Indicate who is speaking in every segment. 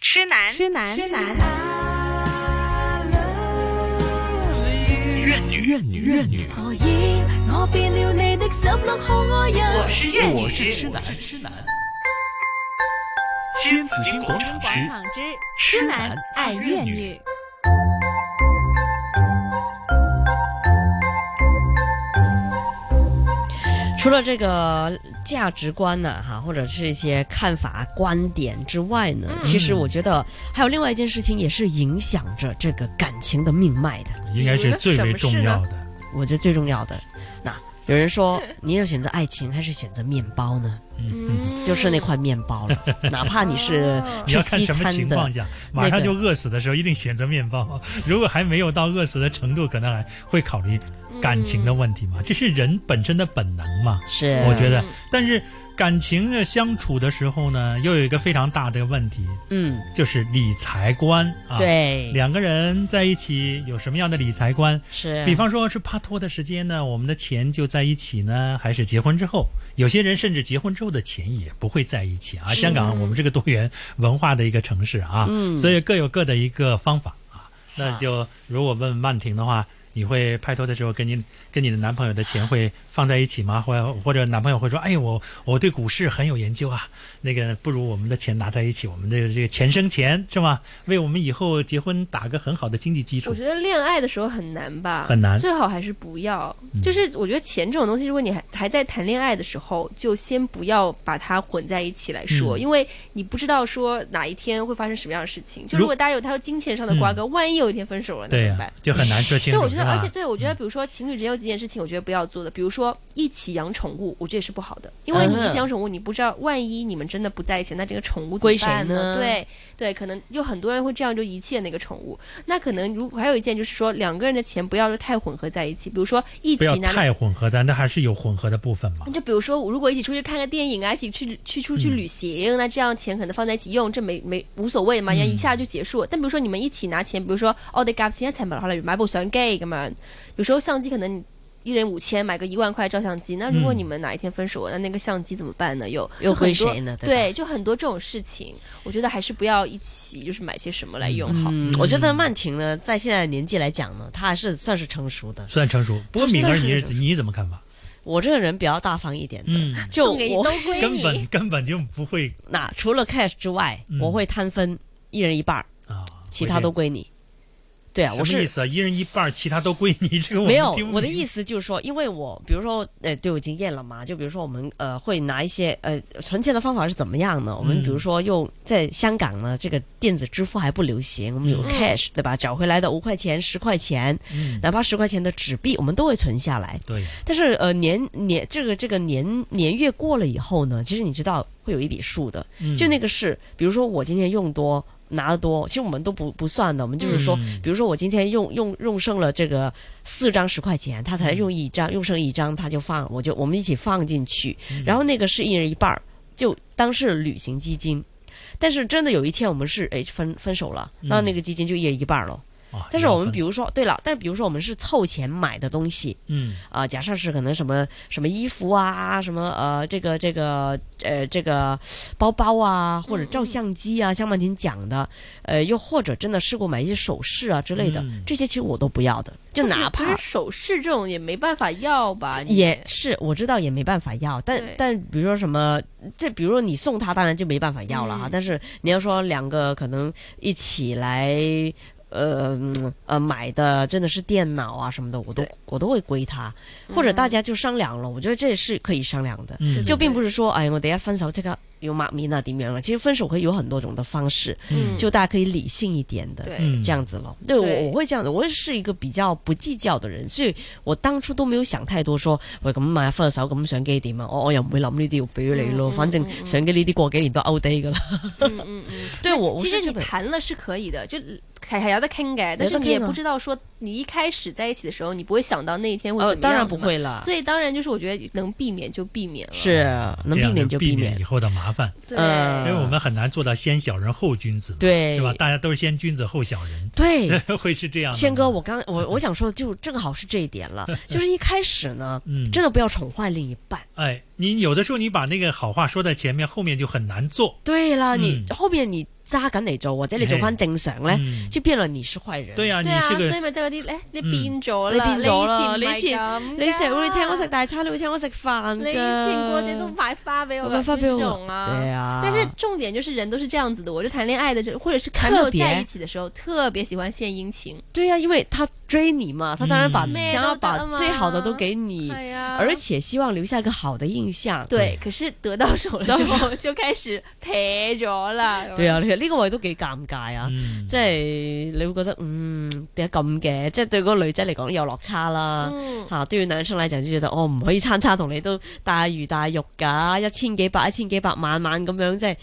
Speaker 1: 痴男，
Speaker 2: 痴男，
Speaker 1: 痴男。
Speaker 3: 怨女，怨女，怨女。
Speaker 4: 何以我變了你的十六號愛人？
Speaker 1: 我是粤女，
Speaker 3: 我是痴男，是痴男。新紫金广场之
Speaker 2: 广场之
Speaker 3: 痴
Speaker 2: 痴
Speaker 3: 男
Speaker 2: 男
Speaker 3: 爱
Speaker 2: 爱
Speaker 3: 粤
Speaker 2: 粤
Speaker 3: 女
Speaker 2: 女。
Speaker 5: 除了这个价值观呐、哈，或者是一些看法观点之外呢，其实我觉得还有另外一件事情也是影响着这个感情的命脉的。
Speaker 6: 应该是最为重要的。
Speaker 5: 我觉得最重要的，那有人说你要选择爱情还是选择面包呢？就剩那块面包了，哪怕你是
Speaker 6: 你
Speaker 5: 吃
Speaker 6: 要看
Speaker 5: 西
Speaker 6: 什么
Speaker 5: 餐
Speaker 6: 情
Speaker 5: 的
Speaker 6: 况，下，马
Speaker 5: 那
Speaker 6: 上
Speaker 5: 个
Speaker 6: 就饿死的时候，一定选择面包。 如果还没有到饿死的程度，可能还会考虑感情的问题嘛，这是人本身的本能嘛。
Speaker 5: 是
Speaker 3: 嗯
Speaker 6: 我觉得，但是感情的相处的时候呢，又有一个非常大的问题，
Speaker 5: 嗯，
Speaker 6: 就是理财观啊。，
Speaker 5: 对，
Speaker 6: 两个人在一起有什么样的理财观？
Speaker 5: 是
Speaker 6: 比方说是帕托的时间呢，我们的钱就在一起呢，还是结婚之后？有些人甚至结婚之后的钱也不会在一起啊。香港我们这个多元文化的一个城市啊，
Speaker 5: 嗯
Speaker 6: 所以各有各的一个方法啊。那
Speaker 5: 好
Speaker 6: 就如果问曼婷的话，你会拍拖的时候跟你跟你的男朋友的钱会放在一起吗？或或者男朋友会说，哎，我我对股市很有研究啊，那个不如我们的钱拿在一起，我们的这个钱生钱是吧？为我们以后结婚打个很好的经济基础
Speaker 7: 我。觉得恋爱的时候很难吧，
Speaker 6: 很难
Speaker 7: 最好还是不要。
Speaker 6: 嗯
Speaker 7: 就是我觉得钱这种东西，如果你还还在谈恋爱的时候，就先不要把它混在一起来说，
Speaker 6: 嗯
Speaker 7: 因为你不知道说哪一天会发生什么样的事情。就
Speaker 6: 如
Speaker 7: 如果大家有他有金钱上的瓜葛，万一有一天分手了，那
Speaker 6: 对
Speaker 7: 怎
Speaker 6: 呀、
Speaker 7: 么办？
Speaker 6: 就很难说清
Speaker 7: 对，
Speaker 6: 楚。
Speaker 7: 我觉得，
Speaker 6: 是吧嗯
Speaker 7: 而且对我觉得，比如说情侣之间有几件事情，我觉得不要做的，比如说一起养宠物，我觉得也是不好的，因为你
Speaker 5: 嗯
Speaker 7: 一起养宠物，你不知道万一你们真的不在一起，那这个宠物怎么
Speaker 5: 归谁
Speaker 7: 办
Speaker 5: 呢
Speaker 7: 呢？对对，可能有很多人会这样就遗弃了那个宠物。那可能如还有一件就是说，两个人的钱不要是太混合在一起，比如说一
Speaker 6: 不要
Speaker 7: 起拿。
Speaker 6: 太混合，但它还是有混合的部分
Speaker 5: 嗯
Speaker 6: 嘛。
Speaker 7: 就比如说，如果一起出去看个电影啊，一起去去出去
Speaker 6: 嗯
Speaker 7: 旅行，那这样钱可能放在一起用，这没没无所谓嘛，
Speaker 6: 嗯
Speaker 7: 一下就結束。但比如說你們一起拿錢，比如說哦我哋夾錢一齊買落嚟買部相機咁樣，有時候相機可能一人五千，買個一萬塊照相機。那如果
Speaker 6: 嗯
Speaker 7: 你們哪一天分手，那那個相機怎麼辦呢？又
Speaker 5: 又
Speaker 7: 就很
Speaker 5: 归
Speaker 7: 多
Speaker 5: 谁呢对吧
Speaker 7: 对，就很多這種事情，我覺得還是不要一起，就是買些什麼來用好。
Speaker 5: 嗯，我觉得曼婷呢，在现在的年纪来讲呢，她还是算是成熟的。
Speaker 6: 算成熟，不过敏儿，你
Speaker 5: 算是
Speaker 6: 是你怎么看法？
Speaker 5: 我这个人比较大方一点的，
Speaker 6: 嗯
Speaker 5: 就
Speaker 7: 送給
Speaker 5: 我
Speaker 7: 都歸
Speaker 6: 根本
Speaker 7: 你。
Speaker 6: 根本就不会
Speaker 5: 那除了 cash 之外，
Speaker 6: 嗯
Speaker 5: 我会摊分，一人一半儿，
Speaker 6: 啊，
Speaker 5: 其他都归你。对啊，
Speaker 6: 我
Speaker 5: 我
Speaker 6: 什么意
Speaker 5: 是
Speaker 6: 思啊？一人一半，其他都归 你，这个我
Speaker 5: 没有
Speaker 6: 听不
Speaker 5: 我的
Speaker 6: 明
Speaker 5: 意思就是说，因为我比如说呃都有经验了嘛，就比如说我们呃会拿一些呃存钱的方法是怎么样呢？我们
Speaker 6: 嗯
Speaker 5: 比如说用在香港呢，这个电子支付还不流行，我们有
Speaker 6: 嗯
Speaker 5: cash 对吧？找回来的五块钱、十块钱，
Speaker 6: 嗯，
Speaker 5: 哪怕十块钱的纸币，我们都会存下来。
Speaker 6: 对，
Speaker 5: 但是呃年年这个这个年年月过了以后呢，其实你知道会有一笔数的，
Speaker 6: 嗯
Speaker 5: 就那个是，比如说我今天用多拿的多，其实我们都不不算的，我们就是说，
Speaker 6: 嗯
Speaker 5: 比如说我今天用用用剩了这个四张十块钱，他才用一张，用剩一张他就放，我就我们一起放进去，
Speaker 6: 嗯
Speaker 5: 然后那个是一人一半儿，就当是旅行基金。但是真的有一天我们是哎分分手了，那
Speaker 6: 嗯
Speaker 5: 那个基金就一人一半儿了。
Speaker 6: 啊
Speaker 5: 但是我们比
Speaker 6: 缘
Speaker 5: 如说，对了，但比如说我们是凑钱买的东西，
Speaker 6: 分嗯
Speaker 5: 啊、假设是可能什么什么衣服啊，什么呃这个这个呃这个包包啊，或者照相机啊，像曼婷讲的，呃，又或者真的试过买一些首饰啊之类的，
Speaker 6: 嗯
Speaker 5: 这些其实我都不要的，就哪
Speaker 7: 可
Speaker 5: 怕
Speaker 7: 是首饰这种也没办法要吧？你
Speaker 5: 也是我知道也没办法要，但
Speaker 7: 对
Speaker 5: 但比如说什么，这比如说你送他，当然就没办法要了哈。
Speaker 7: 嗯
Speaker 5: 但是你要说两个可能一起来。呃嗯呃，买的真的是电脑啊什么的，我都
Speaker 7: 对嗯
Speaker 5: 我都会归他，或者大家就商量了，我觉得这是可以商量的，
Speaker 6: 嗯，
Speaker 5: 就并不是说哎我等一下分手这个有骂名啊点样了，其实分手可以有很多种的方式，
Speaker 7: 嗯
Speaker 5: 就大家可以理性一点的，
Speaker 7: 对。
Speaker 6: 嗯
Speaker 5: 这样子咯。对
Speaker 7: 对
Speaker 5: 我我会这样子，我是一个比较不计較嘅人，所以我當初都沒有想太多說，喂咁買分手咁相機點啊？我我又唔會諗呢啲要俾你
Speaker 7: 嗯
Speaker 5: 咯，
Speaker 7: 嗯
Speaker 5: 反正
Speaker 7: 嗯嗯
Speaker 5: 相機呢啲過幾年都 out day 噶啦。
Speaker 7: 嗯嗯嗯，
Speaker 5: 對我我
Speaker 7: 其
Speaker 5: 是
Speaker 7: 实
Speaker 5: 这
Speaker 7: 你
Speaker 5: 个
Speaker 7: 谈了是可以的，就还还要再看改，但是
Speaker 5: 聊得
Speaker 7: 你也
Speaker 5: 开呢
Speaker 7: 不知道说你一开始在一起的时候，你不会想到那一天会
Speaker 5: 呃，
Speaker 7: 怎么
Speaker 5: 當
Speaker 7: 样、
Speaker 5: 然不。会啦，
Speaker 7: 所以当然就是我觉得能避免就避免了。，
Speaker 5: 是啊能
Speaker 6: 这样
Speaker 5: 避嗯免就
Speaker 6: 避
Speaker 5: 避免
Speaker 6: 以。后的麻烦，
Speaker 7: 对，
Speaker 5: 呃
Speaker 6: 因为我们很难做到先小人后君子嘛，
Speaker 5: 对
Speaker 6: 是吧？大家都是先君子后小人，
Speaker 5: 对，
Speaker 6: 会是这样的吗。
Speaker 5: 谦哥，我刚我我想说，就正好是这一点了，就是一开始呢，
Speaker 6: 嗯
Speaker 5: 真的不要宠坏另一半。
Speaker 6: 哎，你有的时候你把那个好话说在前面，后面就很难做。
Speaker 5: 对啦，你
Speaker 6: 嗯
Speaker 5: 后面你揸緊嚟做，或者你做翻正常咧，
Speaker 6: 嗯，
Speaker 5: 就變咗你是壞人。
Speaker 6: 对啊，你
Speaker 7: 對啊，
Speaker 6: 是
Speaker 7: 所
Speaker 6: 个
Speaker 7: 以咪即係嗰啲咧，你
Speaker 6: 嗯
Speaker 7: 變咗啦，
Speaker 5: 你變咗啦
Speaker 7: 你以前
Speaker 5: 你成日會請我食大餐，你會請我食飯㗎。
Speaker 7: 嗯啊你以前過節都買花俾我
Speaker 5: 我
Speaker 7: 㗎，
Speaker 5: 會發俾我
Speaker 7: 這種啊。
Speaker 5: 對啊，
Speaker 7: 但是重点就是人都是这样子的，我就谈恋爱的这，或者是还没有
Speaker 5: 特别
Speaker 7: 在一起的时候，特别喜欢献殷勤。
Speaker 5: 对呀、啊因为他追你嘛，他当然把、
Speaker 6: 嗯
Speaker 5: 想要把
Speaker 7: 啊
Speaker 5: 最好的都给你，
Speaker 7: 哎呀，
Speaker 5: 嗯而且希望留下一个好的印象。
Speaker 7: 对，可是得到手了之后就开始赔咗啦。
Speaker 5: 对啊，其實呢個位都幾尷尬啊。
Speaker 6: 嗯，
Speaker 5: 即係你會覺得嗯點解咁嘅？即係對嗰個女仔嚟講有落差啦，
Speaker 7: 嗯，
Speaker 5: 吓、對於男生嚟講就覺得我唔可以餐餐同你都大魚大肉㗎，一千幾百一千幾百晚晚咁樣，即係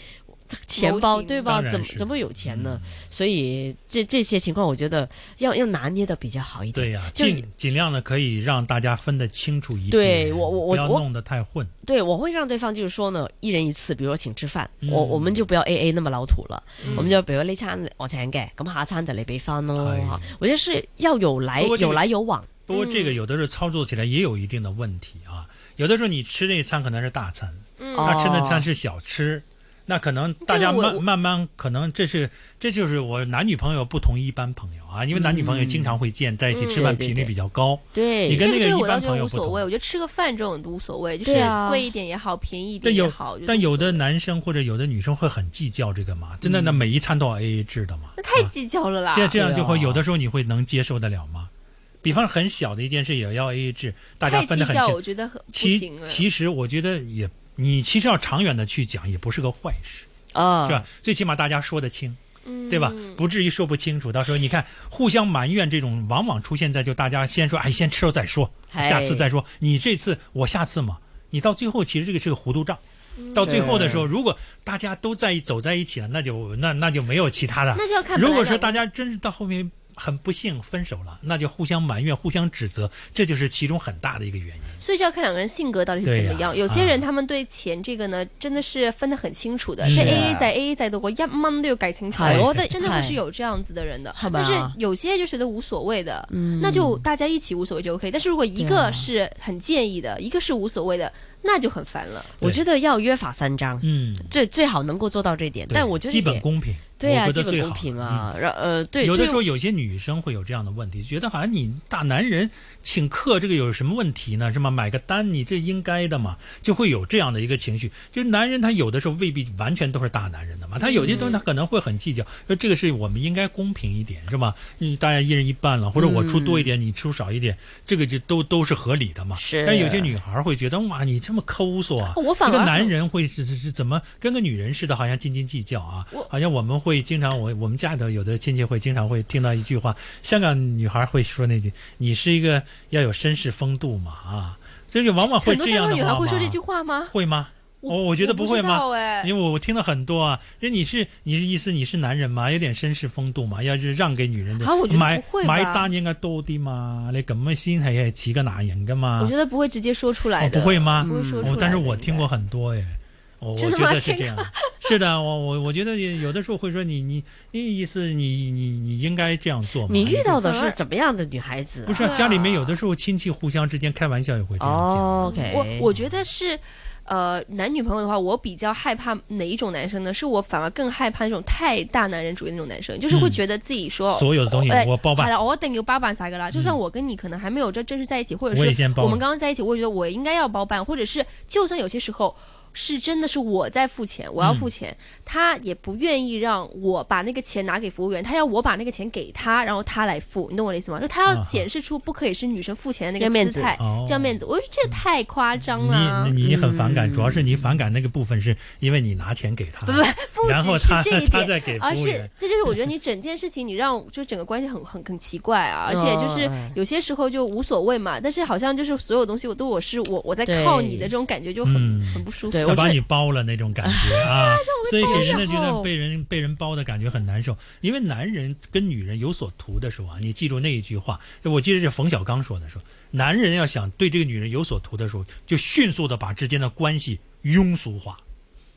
Speaker 5: 錢包
Speaker 7: 冇錢
Speaker 5: 對吧？
Speaker 6: 当然
Speaker 5: 怎麼
Speaker 6: 是
Speaker 5: 怎麼有錢呢？
Speaker 6: 嗯
Speaker 5: 所以这这些情況，我覺得要要拿捏得比較好一點。
Speaker 6: 对呀，
Speaker 5: 就
Speaker 6: 尽尽量的可以让大家分得清楚一点，
Speaker 5: 对我我
Speaker 6: 不
Speaker 5: 我
Speaker 6: 要
Speaker 5: 我
Speaker 6: 弄得太混，
Speaker 5: 对，我会让对方就是说呢，一人一次，比如说请吃饭，
Speaker 6: 嗯
Speaker 5: 我我们就不要 A A 那么老土了，
Speaker 7: 嗯
Speaker 5: 我们就比如呢餐我请嘅，咁下餐就你俾翻咯
Speaker 6: 係。
Speaker 5: 嚇我觉得是要有来
Speaker 6: 哎不過這個
Speaker 5: 有来有往，
Speaker 6: 不过这个有的时候操作起来也有一定的问题啊。有的时候你吃这一餐可能是大餐，
Speaker 7: 嗯
Speaker 5: 哦
Speaker 6: 他吃那餐是小吃，那可能大
Speaker 7: 这
Speaker 6: 家
Speaker 7: 个我
Speaker 6: 慢
Speaker 7: 我
Speaker 6: 慢慢可能这是这就是我男女朋友不同一般朋友啊，因为男女朋友经常会见，在一起吃
Speaker 5: 嗯
Speaker 6: 饭
Speaker 5: 对对
Speaker 6: 频率
Speaker 5: 对
Speaker 6: 比较高。
Speaker 5: 对，
Speaker 6: 你跟那
Speaker 7: 这个
Speaker 6: 个一
Speaker 7: 我倒
Speaker 6: 般
Speaker 7: 觉
Speaker 6: 朋
Speaker 7: 得
Speaker 6: 友
Speaker 7: 无
Speaker 6: 不
Speaker 7: 所谓，
Speaker 6: 同。
Speaker 7: 我觉得吃个饭这种都无所谓，就是
Speaker 5: 对啊
Speaker 7: 贵一点也好，便宜一点
Speaker 6: 但
Speaker 7: 也
Speaker 6: 有
Speaker 7: 好。就
Speaker 6: 但
Speaker 7: 是
Speaker 6: 有的男生或者有的女生会很计较这个嘛，真的，
Speaker 7: 嗯
Speaker 6: 那每一餐都要 A A 制的嘛。
Speaker 7: 那太
Speaker 6: 啊
Speaker 7: 计较了啦
Speaker 6: 这。样这样
Speaker 5: 对啊
Speaker 6: 就会有的时候你会能接受得了吗？比方很小的一件事也要 A A 制，大家
Speaker 7: 太
Speaker 6: 分
Speaker 7: 计
Speaker 6: 得很
Speaker 7: 较，
Speaker 6: 清
Speaker 7: 我。觉得很不行
Speaker 6: 其
Speaker 7: 了。
Speaker 6: 其实我觉得也，你其实要长远的去讲，也不是个坏事，
Speaker 5: 啊，
Speaker 6: 是吧？最起码大家说得清，
Speaker 7: 嗯
Speaker 6: 对吧？不至于说不清楚。到时候你看，互相埋怨这种，往往出现在就大家先说，哎，先吃了再说，
Speaker 5: 嗨
Speaker 6: 下次再说。你这次，我下次嘛。你到最后其实这个是个糊涂账，
Speaker 5: 嗯
Speaker 6: 到最后的时候，如果大家都在走在一起了，那就那那就没有其他的。
Speaker 7: 那就要看本来
Speaker 6: 如果
Speaker 7: 两
Speaker 6: 说大
Speaker 7: 个
Speaker 6: 家真是到后面很不幸分手了，那就互相埋怨、互相指责，这就是其中很大的一个原因。
Speaker 7: 所以就要看两个人性格到底是怎么样。
Speaker 6: 对呀啊
Speaker 7: 有些人他们对钱这个呢，真的是分得很清楚的，
Speaker 6: 是啊
Speaker 7: 在 A A 在 A A 在度，我一蚊都要计清楚。
Speaker 5: 係我覺得
Speaker 7: 真的会是有这样子的人的，
Speaker 5: 係咪
Speaker 7: 但是
Speaker 5: 啊
Speaker 7: 有些就觉得无所谓的，
Speaker 5: 嗯
Speaker 7: 那就大家一起无所谓就 OK。但是如果一
Speaker 5: 对啊
Speaker 7: 个是很介意的，一个是无所谓的，那就很烦 了。
Speaker 5: 我觉得要约法三章，
Speaker 6: 嗯，
Speaker 5: 最最好能够做到这一点。
Speaker 6: 对
Speaker 5: 但我觉得
Speaker 6: 基
Speaker 5: 也
Speaker 6: 本公平，
Speaker 5: 对呀、
Speaker 6: 我
Speaker 5: 基
Speaker 6: 觉得
Speaker 5: 本
Speaker 6: 最
Speaker 5: 公
Speaker 6: 好嗯
Speaker 5: 平
Speaker 6: 的。
Speaker 5: 啊，然呃，对，
Speaker 6: 有的
Speaker 5: 对
Speaker 6: 时候有些女生会有这样的问题，觉得好像你大男人请客这个有什么问题呢？是吗？买个单你这应该的嘛，就会有这样的一个情绪。就是男人他有的时候未必完全都是大男人的嘛，他有些
Speaker 5: 嗯
Speaker 6: 东西他可能会很计较，说这个是我们应该公平一点，是吧？你大家一人一半了，或者我出多一点，你出少一点，这个就都都是合理的嘛。
Speaker 5: 嗯是
Speaker 6: 但有些女孩会觉得哇，你这么抠搜啊，
Speaker 7: 我反
Speaker 6: 一个
Speaker 7: 而
Speaker 6: 男
Speaker 7: 很
Speaker 6: 人会是是是怎么跟个女人似的，好像斤斤计较啊
Speaker 7: 我，
Speaker 6: 好像我们会经常我我们家里头有的亲戚会经常会听到一句话，香港女孩会说那句：“你是一个要有绅士风度嘛啊。”就是往往会
Speaker 7: 很多
Speaker 6: 这
Speaker 7: 香
Speaker 6: 样
Speaker 7: 港
Speaker 6: 的
Speaker 7: 女孩
Speaker 6: 话
Speaker 7: 会说这
Speaker 6: 嘛
Speaker 7: 句话吗？
Speaker 6: 会吗？
Speaker 7: 我
Speaker 6: 哦，我觉得
Speaker 7: 不
Speaker 6: 不会
Speaker 7: 知
Speaker 6: 吗？
Speaker 7: 道哎
Speaker 6: 因为我听了很多啊，那你是你是意思你是男人嘛，有点绅士風度嘛，要是讓給女人的，
Speaker 7: 啊我覺得
Speaker 6: 買
Speaker 7: 不會吧
Speaker 6: 買單應該多啲嘛，你咁樣先係係似個男人噶嘛哦
Speaker 7: 我觉，得不会直接说出来的，
Speaker 6: 哦不会吗
Speaker 7: 不会说出来
Speaker 6: 哦
Speaker 7: 的。
Speaker 6: 但是我
Speaker 7: 应
Speaker 6: 听
Speaker 7: 该
Speaker 6: 過很多耶。我我
Speaker 7: 真的
Speaker 6: 觉
Speaker 7: 吗
Speaker 6: 得是
Speaker 7: 天
Speaker 6: 这样的，是的，我我我觉得也有的时候会说你你你意思你你你应该这样做嘛。
Speaker 5: 你遇到的
Speaker 7: 反
Speaker 5: 是
Speaker 7: 而
Speaker 5: 怎么样的女孩子啊、
Speaker 6: 不是
Speaker 7: 对啊
Speaker 6: 家里面有的时候亲戚互相之间开玩笑也会这样讲。
Speaker 5: 哦，OK，
Speaker 7: 我我觉得是，呃，男女朋友的话，我比较害怕哪一种男生呢？是我反而更害怕那种太大男人主义的那种男生，就是会
Speaker 6: 嗯
Speaker 7: 觉得自己说。
Speaker 6: 所有的东西
Speaker 7: 哎
Speaker 6: 我包
Speaker 7: 好
Speaker 6: 办，
Speaker 7: 了，我等有包办啥个啦？就算我跟你可能还没有这正式在一起，或者
Speaker 6: 嗯我也
Speaker 7: 是
Speaker 6: 先包
Speaker 7: 我
Speaker 6: 了
Speaker 7: 们刚刚在一起，我也觉得我应该要包办，或者是就算有些时候是真的是我在付钱，我要付钱，
Speaker 6: 嗯
Speaker 7: 他也不愿意让我把那个钱拿给服务员，他要我把那个钱给他，然后他来付，你懂我的意思吗？就他
Speaker 6: 啊
Speaker 7: 要
Speaker 6: 哈
Speaker 7: 显示出不可以是女生付钱的那
Speaker 5: 要面
Speaker 7: 个
Speaker 5: 子
Speaker 7: 姿态
Speaker 6: 哦，
Speaker 7: 这样面子，我觉得这太夸张了
Speaker 6: 你。你你很反感，主要是你反感那个部分，是因为你拿钱给他，
Speaker 7: 嗯不
Speaker 6: 然后
Speaker 7: 只是
Speaker 6: 他
Speaker 7: 这一
Speaker 6: 他
Speaker 7: 点，
Speaker 6: 再给服
Speaker 7: 而
Speaker 6: 务
Speaker 7: 啊是
Speaker 6: 员。
Speaker 7: 这就是我觉得你整件事情，你让就整个关系很很很奇怪啊，而且就是
Speaker 5: 嗯
Speaker 6: 哎
Speaker 7: 有些时候就无所谓嘛，但是好像就是所有东西我都我是我我在靠你的这种感觉就很
Speaker 6: 嗯
Speaker 7: 很不舒服
Speaker 5: 对。
Speaker 6: 他
Speaker 5: 我觉
Speaker 6: 把
Speaker 5: 得
Speaker 6: 你包了那种感觉啊，所以给人的觉
Speaker 7: 包
Speaker 6: 得
Speaker 7: 了
Speaker 6: 被人被人包的感觉很难受。因为男人跟女人有所图的时候啊，你记住那一句话，我记得是冯小刚说的，说男人要想对这个女人有所图的时候，就迅速的把之间的关系庸俗化。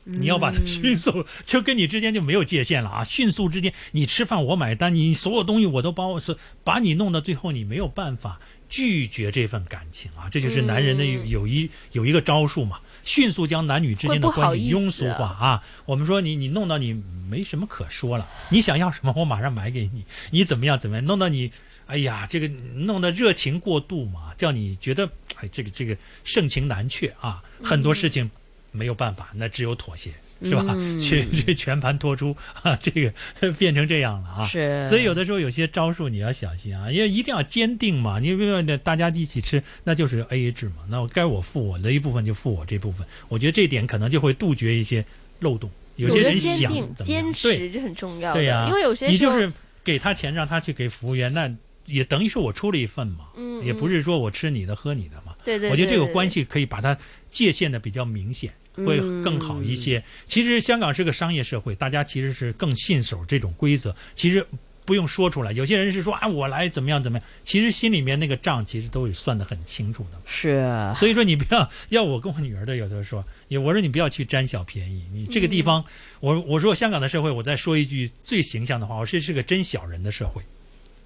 Speaker 6: 你要把它迅
Speaker 7: 嗯
Speaker 6: 速，就跟你之间就没有界限了啊！迅速之间，你吃饭我买单，你所有东西我都包，是把你弄到最后，你没有办法拒绝这份感情啊！这就是男人的
Speaker 7: 嗯
Speaker 6: 有有一有一个招数嘛，迅速将男女之间的
Speaker 7: 会不好
Speaker 6: 关系
Speaker 7: 意思
Speaker 6: 庸俗化啊！我们说你你弄到你没什么可说了，你想要什么我马上买给你，你怎么样怎么样，弄到你。哎呀，这个弄得热情过度嘛，叫你觉得哎，这个这个盛情难却啊，很多事情没有办法，那只有妥协，是吧？去去全盘托出啊，这个 变成这样了啊。
Speaker 5: 是
Speaker 6: 所以有的时候有些招数你要小心啊，因为一定要坚定嘛。你比如说大家一起吃，那就是 A A 制嘛，那我该我付我的一部分就付我这部分，我觉得这点可能就会杜绝一些漏洞。有些
Speaker 7: 我觉
Speaker 6: 人
Speaker 7: 得坚
Speaker 6: 想
Speaker 7: 定、
Speaker 6: 怎么样
Speaker 7: 坚
Speaker 6: 对
Speaker 7: 持这很重要的，
Speaker 6: 对呀、
Speaker 7: 因为有些
Speaker 6: 你
Speaker 7: 时
Speaker 6: 就
Speaker 7: 候
Speaker 6: 是给他钱让他去给服务员，那也等于是我出了一份嘛，
Speaker 7: 嗯
Speaker 6: 也不是说我吃你的喝你的嘛。
Speaker 7: 对对，
Speaker 6: 我觉得这个
Speaker 7: 对嗯
Speaker 6: 关。系可以把它界限的比较明显，会更好一些。其实香港是个商业社会，大家其实是更信守这种规则。其实不用说出来，有些人是说啊我来怎么样怎么样，其实心里面那个账其实都是算得很清楚的。
Speaker 5: 是
Speaker 6: 所以说你不要要我跟我女儿的有的说，也我说你不要去占小便宜，你这个地
Speaker 5: 嗯
Speaker 6: 方，我我说香港的社会，我再说一句最形象的话，我说这是个真小人的社会，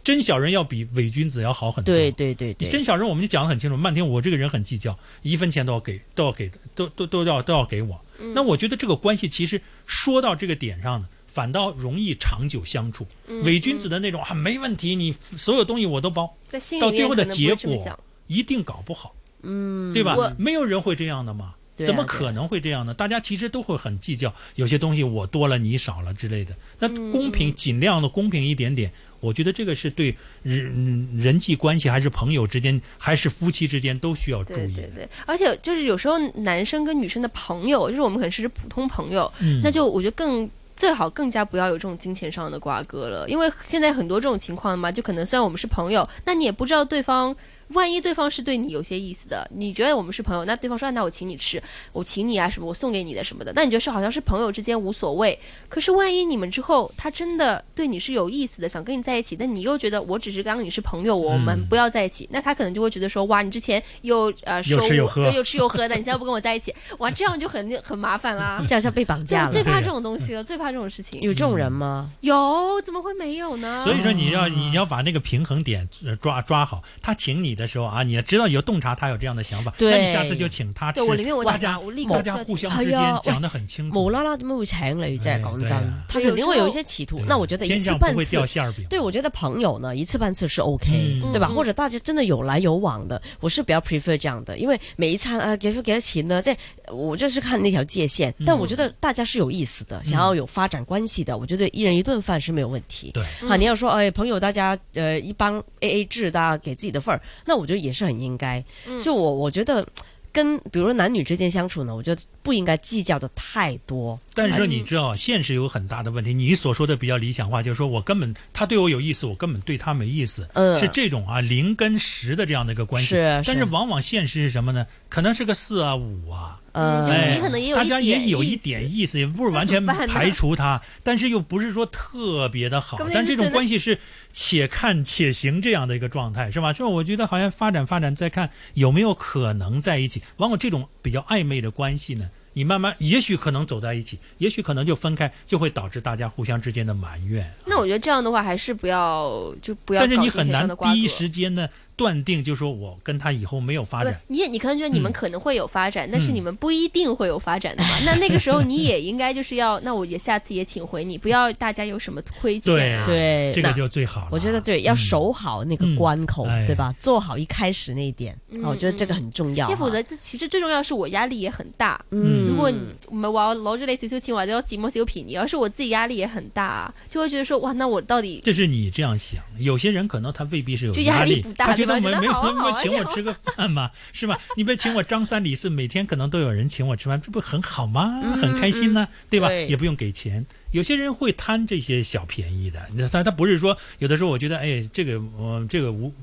Speaker 6: 真小人要比伪君子要好很多。
Speaker 5: 对对对
Speaker 6: 你
Speaker 5: 对，
Speaker 6: 真小人，我们就讲得很清楚。漫天，我这个人很计较，一分钱都要给，都要给，都都都要都要给我。
Speaker 5: 嗯
Speaker 6: 那我觉得这个关系其实说到这个点上呢，反倒容易长久相处。
Speaker 5: 嗯
Speaker 6: 伪君子的那种啊，没问题，你所有东西我都包，
Speaker 7: 在心里
Speaker 6: 到
Speaker 7: 面
Speaker 6: 最后的
Speaker 7: 可能不会
Speaker 6: 结
Speaker 7: 这么想
Speaker 6: 果一定搞不好，嗯，对吧？没有人会这样的嘛，
Speaker 5: 对啊
Speaker 6: 怎么可能会这样呢？大家其实都会很计较，有些东西我多了你少了之类的。那
Speaker 7: 嗯
Speaker 6: 公平，尽量的公平一点点，我觉得这个是对人人际关系，还是朋友之间，还是夫妻之间都需要注
Speaker 7: 对
Speaker 6: 意
Speaker 7: 对
Speaker 6: 的。
Speaker 7: 对，而且就是有时候男生跟女生的朋友，就是我们可能是普通朋友，
Speaker 6: 嗯
Speaker 7: 那就我觉得更最好更加不要有这种金钱上的瓜葛了，因为现在很多这种情况嘛，就可能虽然我们是朋友，那你也不知道对方，万一对方是对你有些意思的，你觉得我们是朋友，那对方说啊那我请你吃，我请你啊什么，我送给你的什么的，那你觉得是好像是朋友之间无所谓，可是万一你们之后他真的对你是有意思的，想跟你在一起，但你又觉得我只是刚刚你是朋友，我
Speaker 6: 嗯
Speaker 7: 们不要在一起，那他可能就会觉得说哇你之前又呃收
Speaker 6: 又吃又
Speaker 7: 我
Speaker 6: 喝
Speaker 7: 对又吃又喝的，你现在不跟我在一起，哇这样就很很麻烦啊啦。
Speaker 5: 这样像被绑
Speaker 7: 对，嗯
Speaker 5: 架
Speaker 7: 我最
Speaker 5: 了，
Speaker 7: 怕这种东西了，最怕这种事情。
Speaker 5: 有这种
Speaker 6: 嗯
Speaker 5: 人吗？
Speaker 7: 有怎么会没有呢？
Speaker 6: 所以说，你要你要把那个平衡点呃抓抓好。他请你的时候啊，你要知道有洞察他有这样的想法，
Speaker 5: 对
Speaker 6: 那你下次就请他吃。
Speaker 7: 对我宁愿我
Speaker 6: 大
Speaker 7: 请
Speaker 6: 家
Speaker 7: 他我立刻
Speaker 6: 大家
Speaker 7: 就
Speaker 6: 互相
Speaker 5: 请
Speaker 6: 之
Speaker 5: 哎
Speaker 6: 间
Speaker 5: 呀
Speaker 6: 讲得很清楚。
Speaker 5: 无啦啦怎么会请你？真
Speaker 6: 哎
Speaker 5: 系讲
Speaker 6: 对
Speaker 5: 真
Speaker 6: 啊，
Speaker 5: 他肯定会有一些企图
Speaker 6: 对。
Speaker 5: 那我觉得一
Speaker 6: 天
Speaker 5: 次
Speaker 6: 上
Speaker 5: 半
Speaker 6: 不会
Speaker 5: 次
Speaker 6: 掉，馅儿饼。
Speaker 5: 对我觉得朋友呢一次半次是 OK，、
Speaker 6: 嗯
Speaker 5: 对吧？
Speaker 7: 嗯
Speaker 5: 或者大家真的有来有往的，我是比较 prefer 这样的，因为每一餐啊给多给多钱呢，这我这是看那条界限。
Speaker 6: 嗯
Speaker 5: 但我觉得大家是有意思的，想要有发展关系的，我觉得一人一顿饭是没有问题。
Speaker 6: 对。
Speaker 7: 嗯
Speaker 5: 啊，你要说哎，朋友大家呃一帮 A A 制，大家给自己的份儿，那我觉得也是很应该。
Speaker 7: 嗯
Speaker 5: 所以我我觉得。跟比如说男女之间相处呢，我觉得不应该计较的太多。
Speaker 6: 但是说你知道，现实有很大的问题。你所说的比较理想化，就是说我根本他对我有意思，我根本对他没意思，
Speaker 5: 嗯
Speaker 6: 是这种啊零跟十的这样的一个关系。
Speaker 5: 是啊是
Speaker 6: 但是往往现实是什么呢？可能是个四啊五啊，
Speaker 5: 呃，
Speaker 7: 就
Speaker 6: 哎
Speaker 7: 你可能也有
Speaker 6: 大
Speaker 7: 一
Speaker 6: 家
Speaker 7: 点
Speaker 6: 也有
Speaker 7: 意
Speaker 6: 一
Speaker 7: 思
Speaker 6: 点意思，也不是完 全
Speaker 7: 那怎么办呢
Speaker 6: 排除他，但是又不是说特别的好
Speaker 7: 关。键
Speaker 6: 但
Speaker 7: 是
Speaker 6: 这种
Speaker 7: 现在
Speaker 6: 关系是且看且行这样的一个状态，是吧？所以我觉得好像发展发展，再看有没有可能在一起。往往这种比较暧昧的关系呢，你慢慢也许可能走在一起，也许可能就分开，就会导致大家互相之间的埋怨。
Speaker 7: 那我觉得这样的话，还是不要就不要搞
Speaker 6: 但
Speaker 7: 金
Speaker 6: 是
Speaker 7: 钱
Speaker 6: 你很
Speaker 7: 上
Speaker 6: 难
Speaker 7: 的瓜葛。
Speaker 6: 第一时间呢断定，就说我跟他以后没有发
Speaker 7: 对
Speaker 6: 展。，
Speaker 7: 你也你可能觉得你们
Speaker 6: 嗯
Speaker 7: 可能会有发展，但是你们不一定会有发展 的嘛。那那个时候你也应该就是要，那我也下次也请回你，不要大家有什么亏欠啊。
Speaker 5: 对，
Speaker 6: 这个
Speaker 5: 那
Speaker 6: 就最好了啊。
Speaker 5: 我觉得对，
Speaker 6: 嗯
Speaker 5: 要守好那个
Speaker 6: 嗯
Speaker 5: 关口，
Speaker 6: 哎
Speaker 5: 对吧？做好一开始那一点，啊我觉得这个很重
Speaker 7: 因
Speaker 5: 要哈。
Speaker 7: 为否则，其实最重要的是我压力也很大。
Speaker 5: 嗯，
Speaker 7: 如果你唔係話我攞咗你少少錢或者我節目少便宜，而是我自己壓力也很大，就會覺得說哇，那我到底
Speaker 6: 这是你这样想，有些人可能他未必是有
Speaker 7: 就压力
Speaker 6: 力
Speaker 7: 不，大
Speaker 6: 他觉
Speaker 7: 对吧
Speaker 6: 得没没
Speaker 7: 觉得好啊
Speaker 6: 有没
Speaker 7: 好
Speaker 6: 有
Speaker 7: 啊
Speaker 6: 请我吃个饭嘛，是吧？你别请我张三李四，每天可能都有人请我吃饭，这不很好吗？很开心呢、对吧
Speaker 5: 对
Speaker 6: 也不用给钱。有些人会贪这些小便宜的，他他不是说有的时候我觉得哎，这个我、这个无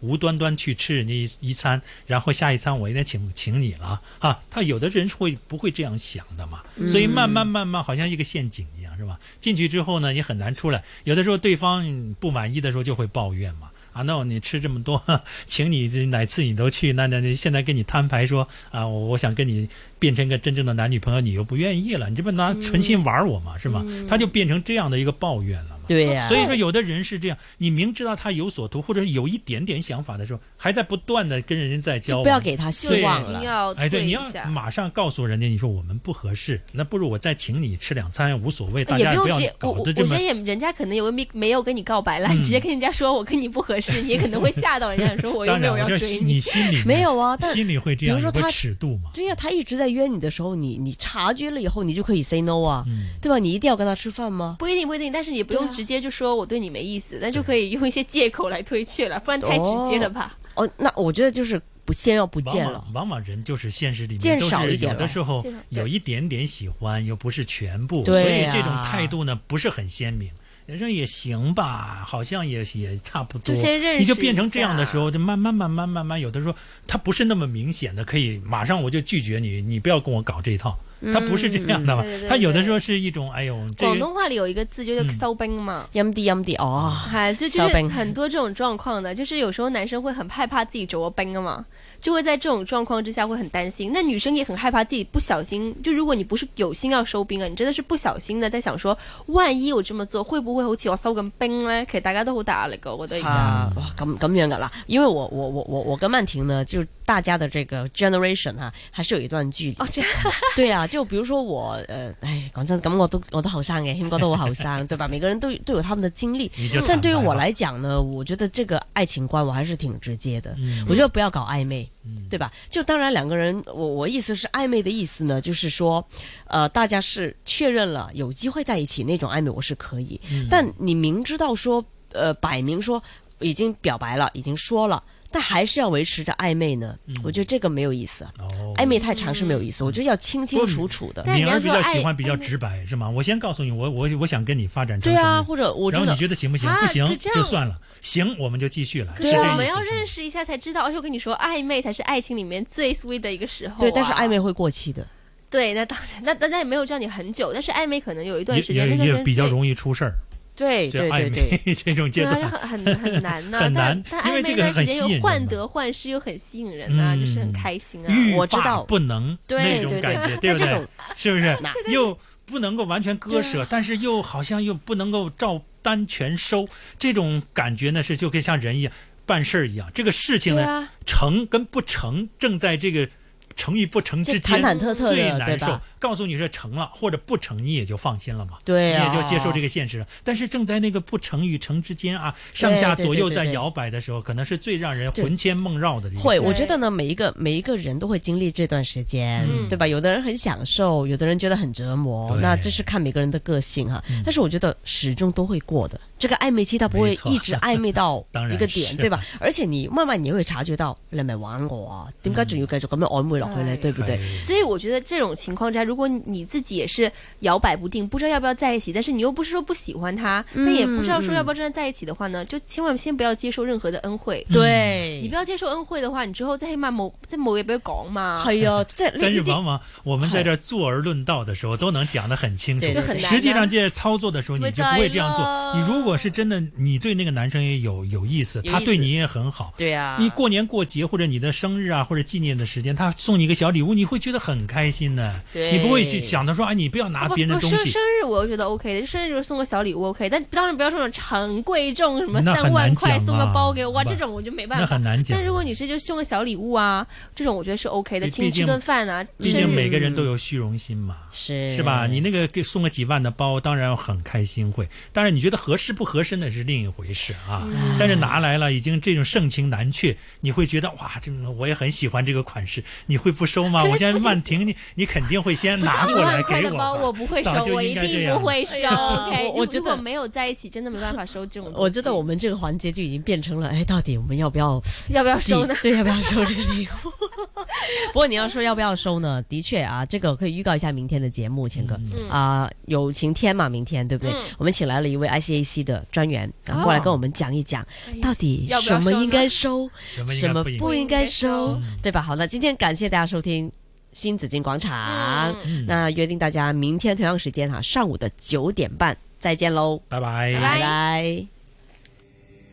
Speaker 6: 无端端去吃人家一一餐，然后下一餐我应该请请你了啊。他有的人是会不会这样想的嘛？所以慢慢慢慢，好像一个陷阱一样，是吧？进去之后呢，也很难出来。有的时候对方嗯不满意的时候就会抱怨嘛。啊，那你吃这么多，请你这哪次你都去，那那那现在跟你摊牌说啊，我我想跟你变成个真正的男女朋友，你又不愿意了，你这不拿存心玩我吗？是吗？他就变成这样的一个抱怨了嘛。
Speaker 5: 对呀、
Speaker 6: 所以说，有的人是这样，你明知道他有所图，或者是有一点点想法的时候，还在不断的跟人家在交
Speaker 5: 就
Speaker 6: 往，
Speaker 5: 不要给他
Speaker 7: 就
Speaker 5: 希
Speaker 7: 已
Speaker 5: 望
Speaker 7: 经
Speaker 5: 了。
Speaker 7: 要
Speaker 6: 哎，对，
Speaker 7: 退
Speaker 6: 你
Speaker 7: 一
Speaker 6: 要
Speaker 7: 下，
Speaker 6: 马上告诉人家，你说我们不合适，那不如我再请你吃两餐无所谓，大
Speaker 7: 也
Speaker 5: 哎
Speaker 6: 家
Speaker 7: 不
Speaker 6: 要
Speaker 7: 用直接，我我
Speaker 6: 搞
Speaker 7: 我
Speaker 6: 得这
Speaker 7: 觉
Speaker 6: 么
Speaker 7: 得。也人家可能有没没有跟你告白了，
Speaker 6: 嗯
Speaker 7: 你直接跟人家说我跟你不合适，你也可能会吓到人家，说我又
Speaker 6: 当
Speaker 7: 没
Speaker 6: 然，
Speaker 7: 有
Speaker 6: 我
Speaker 7: 要
Speaker 6: 就
Speaker 7: 追
Speaker 6: 你心里面
Speaker 5: 没有啊但
Speaker 6: 心里会这样
Speaker 5: 比如
Speaker 6: 有
Speaker 5: 说
Speaker 6: 个
Speaker 5: 他
Speaker 6: 尺度嘛。
Speaker 5: 对呀、他一直在约你的时候，你你察觉了以后，你就可以 say no 啊，
Speaker 6: 嗯，
Speaker 5: 对吧？你一定要跟他吃饭吗？
Speaker 7: 不一定不一定，但是也不用直接就说我对你没意思，那就可以用一些借口来推却了，不然太直接了吧？
Speaker 5: 哦，那我觉得就是不先要不
Speaker 6: 往
Speaker 5: 见了
Speaker 6: 往。往往人就是现实里面
Speaker 5: 见
Speaker 6: 都
Speaker 5: 少
Speaker 6: 是
Speaker 5: 一点
Speaker 6: 有的
Speaker 5: 了
Speaker 6: 时候
Speaker 7: 见少对
Speaker 6: 有一点点喜欢，又不是全部，所
Speaker 5: 对
Speaker 6: 以
Speaker 5: 啊呀
Speaker 6: 这种态度呢不是很鲜明。人说也行吧，好像也也差不多。
Speaker 7: 就先认识
Speaker 6: 你就变成这样的
Speaker 7: 一下
Speaker 6: 时候，就慢慢慢慢慢慢，有的时候他不是那么明显的，可以马上我就拒绝你，你不要跟我搞这一套。他不是这样的嘛
Speaker 7: 嗯对对，对
Speaker 6: 他有的时候是一种哎呦，这
Speaker 7: 广
Speaker 6: 个
Speaker 7: 东话里有一个字就叫
Speaker 6: 嗯
Speaker 7: 骚兵嘛。
Speaker 5: 阴啲阴啲哦，
Speaker 7: 嗨，就就
Speaker 5: 骚
Speaker 7: 是
Speaker 5: 兵
Speaker 7: 很多这种状况的，就是有时候男生会很害怕自己着冰啊嘛，就会在这种状况之下会很担心。那女生也很害怕自己不小心，就如果你不是有心要收兵啊，你真的是不小心的在想说，万一我这么做会不会好似我收緊兵呢？其實大家都好大壓力噶，我
Speaker 6: 哎
Speaker 7: 覺得而家。
Speaker 5: 啊，哇，咁咁樣噶啦，因為我我我我我跟曼婷呢，就大家的這個 generation 哈、還是有一段距離。
Speaker 7: 哦，这样
Speaker 5: 對啊，就比如說我，呃，唉，講真，咁我都我都後生嘅，謙哥都好後生， 對吧？每個人都有都有他們的經歷，
Speaker 6: 你就
Speaker 7: 嗯
Speaker 5: 但
Speaker 6: 坦
Speaker 5: 對於
Speaker 6: 白
Speaker 5: 我
Speaker 6: 吧，
Speaker 5: 來講呢，我覺得這個愛情觀我還是挺直接的，
Speaker 6: 嗯
Speaker 5: 我觉得不要搞曖昧。
Speaker 6: 嗯
Speaker 5: 对吧？就当然两个人，我我意思是暧昧的意思呢，就是说，呃，大家是确认了有机会在一起那种暧昧，我是可以。
Speaker 6: 嗯
Speaker 5: 但你明知道说，呃，摆明说已经表白了，已经说了，但还是要维持着暧昧呢，
Speaker 6: 嗯
Speaker 5: 我觉得这个没有意思。
Speaker 6: 哦
Speaker 5: 暧昧太长是没有意思，我觉得要清清楚楚的。
Speaker 7: 但
Speaker 6: 敏
Speaker 7: 你要
Speaker 6: 儿比
Speaker 7: 说
Speaker 6: 较
Speaker 7: 爱嗯
Speaker 6: 喜欢比较
Speaker 7: 暧昧
Speaker 6: 直白是吗？我先告诉你，我我我想跟你发展成
Speaker 5: 对
Speaker 6: 什么
Speaker 5: 啊，
Speaker 6: 样
Speaker 5: 或者我
Speaker 6: 然
Speaker 5: 觉
Speaker 6: 后你
Speaker 5: 得
Speaker 6: 觉得行不行？
Speaker 7: 啊
Speaker 6: 不行
Speaker 7: 可这样
Speaker 6: 就算了，行我们就继续了。
Speaker 7: 可
Speaker 6: 是
Speaker 7: 是
Speaker 6: 这
Speaker 7: 我
Speaker 6: 意
Speaker 7: 们
Speaker 6: 思
Speaker 7: 要
Speaker 6: 是吗
Speaker 7: 认识一下才知道，而且我跟你说，暧昧才是爱情里面最 sweet 的一个时候、啊。
Speaker 5: 对，但是暧昧会过期的。
Speaker 7: 对，那当然，那那那也没有让你很久，但是暧昧可能有一段时
Speaker 6: 也
Speaker 7: 间，那段
Speaker 6: 也
Speaker 7: 时哎
Speaker 6: 也
Speaker 7: 间
Speaker 6: 比较
Speaker 7: 对
Speaker 6: 容易出事儿，
Speaker 5: 对
Speaker 6: 这
Speaker 5: 对对
Speaker 6: 暧
Speaker 5: 对，
Speaker 6: 昧这种阶
Speaker 7: 对啊，就
Speaker 6: 段。
Speaker 7: 很很 很难呐、
Speaker 6: 很难
Speaker 7: 但
Speaker 6: 因
Speaker 7: 但暧昧
Speaker 6: 为这个
Speaker 7: 那段时间
Speaker 6: 很吸引人
Speaker 7: 又患
Speaker 6: 嘛
Speaker 7: 得患失，又很吸引人呐、就是很
Speaker 6: 嗯
Speaker 7: 开心啊。
Speaker 6: 欲
Speaker 5: 我知
Speaker 6: 罢
Speaker 5: 道
Speaker 6: 不能
Speaker 5: 对
Speaker 6: 那种
Speaker 5: 对对
Speaker 6: 感觉，
Speaker 5: 那
Speaker 6: 对不
Speaker 5: 这
Speaker 6: 对
Speaker 5: 种？
Speaker 6: 是不是
Speaker 5: 那
Speaker 6: 又不能够完全
Speaker 7: 啊
Speaker 6: 割舍，但是又好像又不能够照单全收，这种感觉呢是就跟像人一样办事儿一样，这个事情
Speaker 7: 对
Speaker 6: 呢
Speaker 7: 啊，
Speaker 6: 成跟不成正在这个成与不成
Speaker 5: 就
Speaker 6: 之
Speaker 5: 忐
Speaker 6: 间
Speaker 5: 忐忑忑
Speaker 6: 最
Speaker 5: 的，对
Speaker 6: 难受
Speaker 5: 吧？。
Speaker 6: 告诉你是成了或者不成，你也就放心了嘛。
Speaker 5: 对啊，
Speaker 6: 你也就接受这个现实了。但是正在那个不成与成之间啊，上下左右在摇摆的时候，可能是最让人魂牵梦绕的一个阶
Speaker 5: 会，我觉得呢，每一个每一个人都会经历这段时间，
Speaker 6: 嗯
Speaker 5: 对吧？有的人很享受，有的人觉得很折磨，
Speaker 6: 对嗯
Speaker 5: 那这是看每个人的个性哈、但是我觉得始终都会过的，这个暧昧期它不会
Speaker 6: 没错
Speaker 5: 一直暧昧到
Speaker 6: 当然
Speaker 5: 一个点，
Speaker 6: 是
Speaker 5: 对吧？而且你慢慢你会察觉到，你係咪玩我啊？點解仲要繼續咁樣曖昧落去呢？
Speaker 7: 哎
Speaker 5: 對不
Speaker 6: 段
Speaker 5: 對？
Speaker 7: 所以我觉得这种情况之下，如果你自己也是摇摆不定，不知道要不要在一起，但是你又不是说不喜欢他，
Speaker 6: 嗯
Speaker 7: 但也不知道说要不要真的在一起的话呢，就千万先不要接受任何的恩惠。
Speaker 6: 嗯
Speaker 7: 你
Speaker 5: 對
Speaker 7: 不，要接受恩惠的话，你之後即係起碼冇即係冇嘢俾佢講嘛。
Speaker 5: 係啊，即係呢
Speaker 6: 但是
Speaker 5: 呢
Speaker 6: 往
Speaker 5: 啲
Speaker 6: 往我们在这儿坐而论道的时候，都能讲得很清楚
Speaker 5: 对对对。
Speaker 6: 实际上，这操作的时候，你就不会这样
Speaker 5: 我在
Speaker 6: 做。
Speaker 5: 了
Speaker 6: 你如果是真的，你对那个男生也有有意思，
Speaker 5: 有意思
Speaker 6: 他对你也很好。
Speaker 5: 對啊，
Speaker 6: 你过年过节或者你的生日啊，或者纪念的时间，他送你一个小礼物，你会觉得很开心的。
Speaker 5: 对
Speaker 6: 你不会去想着说，哎，你不要拿
Speaker 7: 不
Speaker 6: 别人的
Speaker 7: 不
Speaker 6: 东
Speaker 7: 生
Speaker 6: 西。
Speaker 7: 生日我又觉得 OK 的，就生日就是送个小礼物 OK，但当然不要说那种很贵重什么
Speaker 6: 那
Speaker 7: 三
Speaker 6: 很难
Speaker 7: 万块
Speaker 6: 讲
Speaker 7: 送个
Speaker 6: 啊
Speaker 7: 包给我，哇，
Speaker 6: 不
Speaker 7: 这种我就没办
Speaker 6: 那
Speaker 7: 法
Speaker 6: 很。难讲。
Speaker 7: 但如果你是就送个小礼物啊，这种我觉得是 OK 的，
Speaker 6: 毕
Speaker 7: 请你
Speaker 6: 毕
Speaker 7: 吃
Speaker 6: 竟
Speaker 7: 顿饭啊，
Speaker 6: 毕
Speaker 7: 甚
Speaker 6: 竟
Speaker 7: 至
Speaker 6: 每个人都有虚荣心嘛，
Speaker 5: 是
Speaker 6: 是吧？你那个给送个几万的包，当然很开心会，当然你觉得合适不合适那是另一回事啊。
Speaker 5: 嗯
Speaker 6: 但是拿来了，已经这种盛情难却，你会觉得哇，这个我也很喜欢这个款式，你会不收吗？
Speaker 7: 可是
Speaker 6: 我现在
Speaker 7: 不行
Speaker 6: 曼婷，你你肯定会先拿
Speaker 7: 几
Speaker 6: 过
Speaker 7: 万
Speaker 6: 来
Speaker 7: 块
Speaker 6: 给
Speaker 7: 的
Speaker 6: 我
Speaker 7: 包
Speaker 6: 吧。
Speaker 7: 我不会收
Speaker 6: 早，就
Speaker 7: 我一
Speaker 6: 应该这
Speaker 7: 定
Speaker 6: 样
Speaker 7: 不会收。
Speaker 5: 哎呀
Speaker 7: OK，
Speaker 5: 我我觉
Speaker 7: 如
Speaker 5: 得
Speaker 7: 果没有在一起，真的没办法收这种东西。
Speaker 5: 我觉得我们这个环节就已经变成了，哎，到底我们要不要？
Speaker 7: 要不要收呢？
Speaker 5: 对，要不要收这个礼物？ 不过你要说要不要收呢？的确啊，这个可以预告一下明天的节目，钱哥
Speaker 7: 嗯
Speaker 5: 啊、有晴天嘛，明天对不对？
Speaker 7: 嗯
Speaker 5: 我们请来了一位 ICAC 的专员，然后
Speaker 6: 哦
Speaker 5: 过来跟我们讲一讲、到底
Speaker 7: 哎要不要
Speaker 5: 什么
Speaker 7: 收呢
Speaker 5: 应该收，
Speaker 6: 什么应
Speaker 5: 什
Speaker 6: 该
Speaker 5: 么
Speaker 6: 不应该？嗯
Speaker 5: 不应该收，
Speaker 7: 不
Speaker 6: 应该收
Speaker 5: 对吧？好了，今天感谢大家收听。新紫金广场，
Speaker 7: 嗯
Speaker 6: 嗯
Speaker 5: 那约定啊大家明天同样时间哈、上午的九点半再见喽，
Speaker 6: 拜拜
Speaker 7: 拜
Speaker 5: 拜拜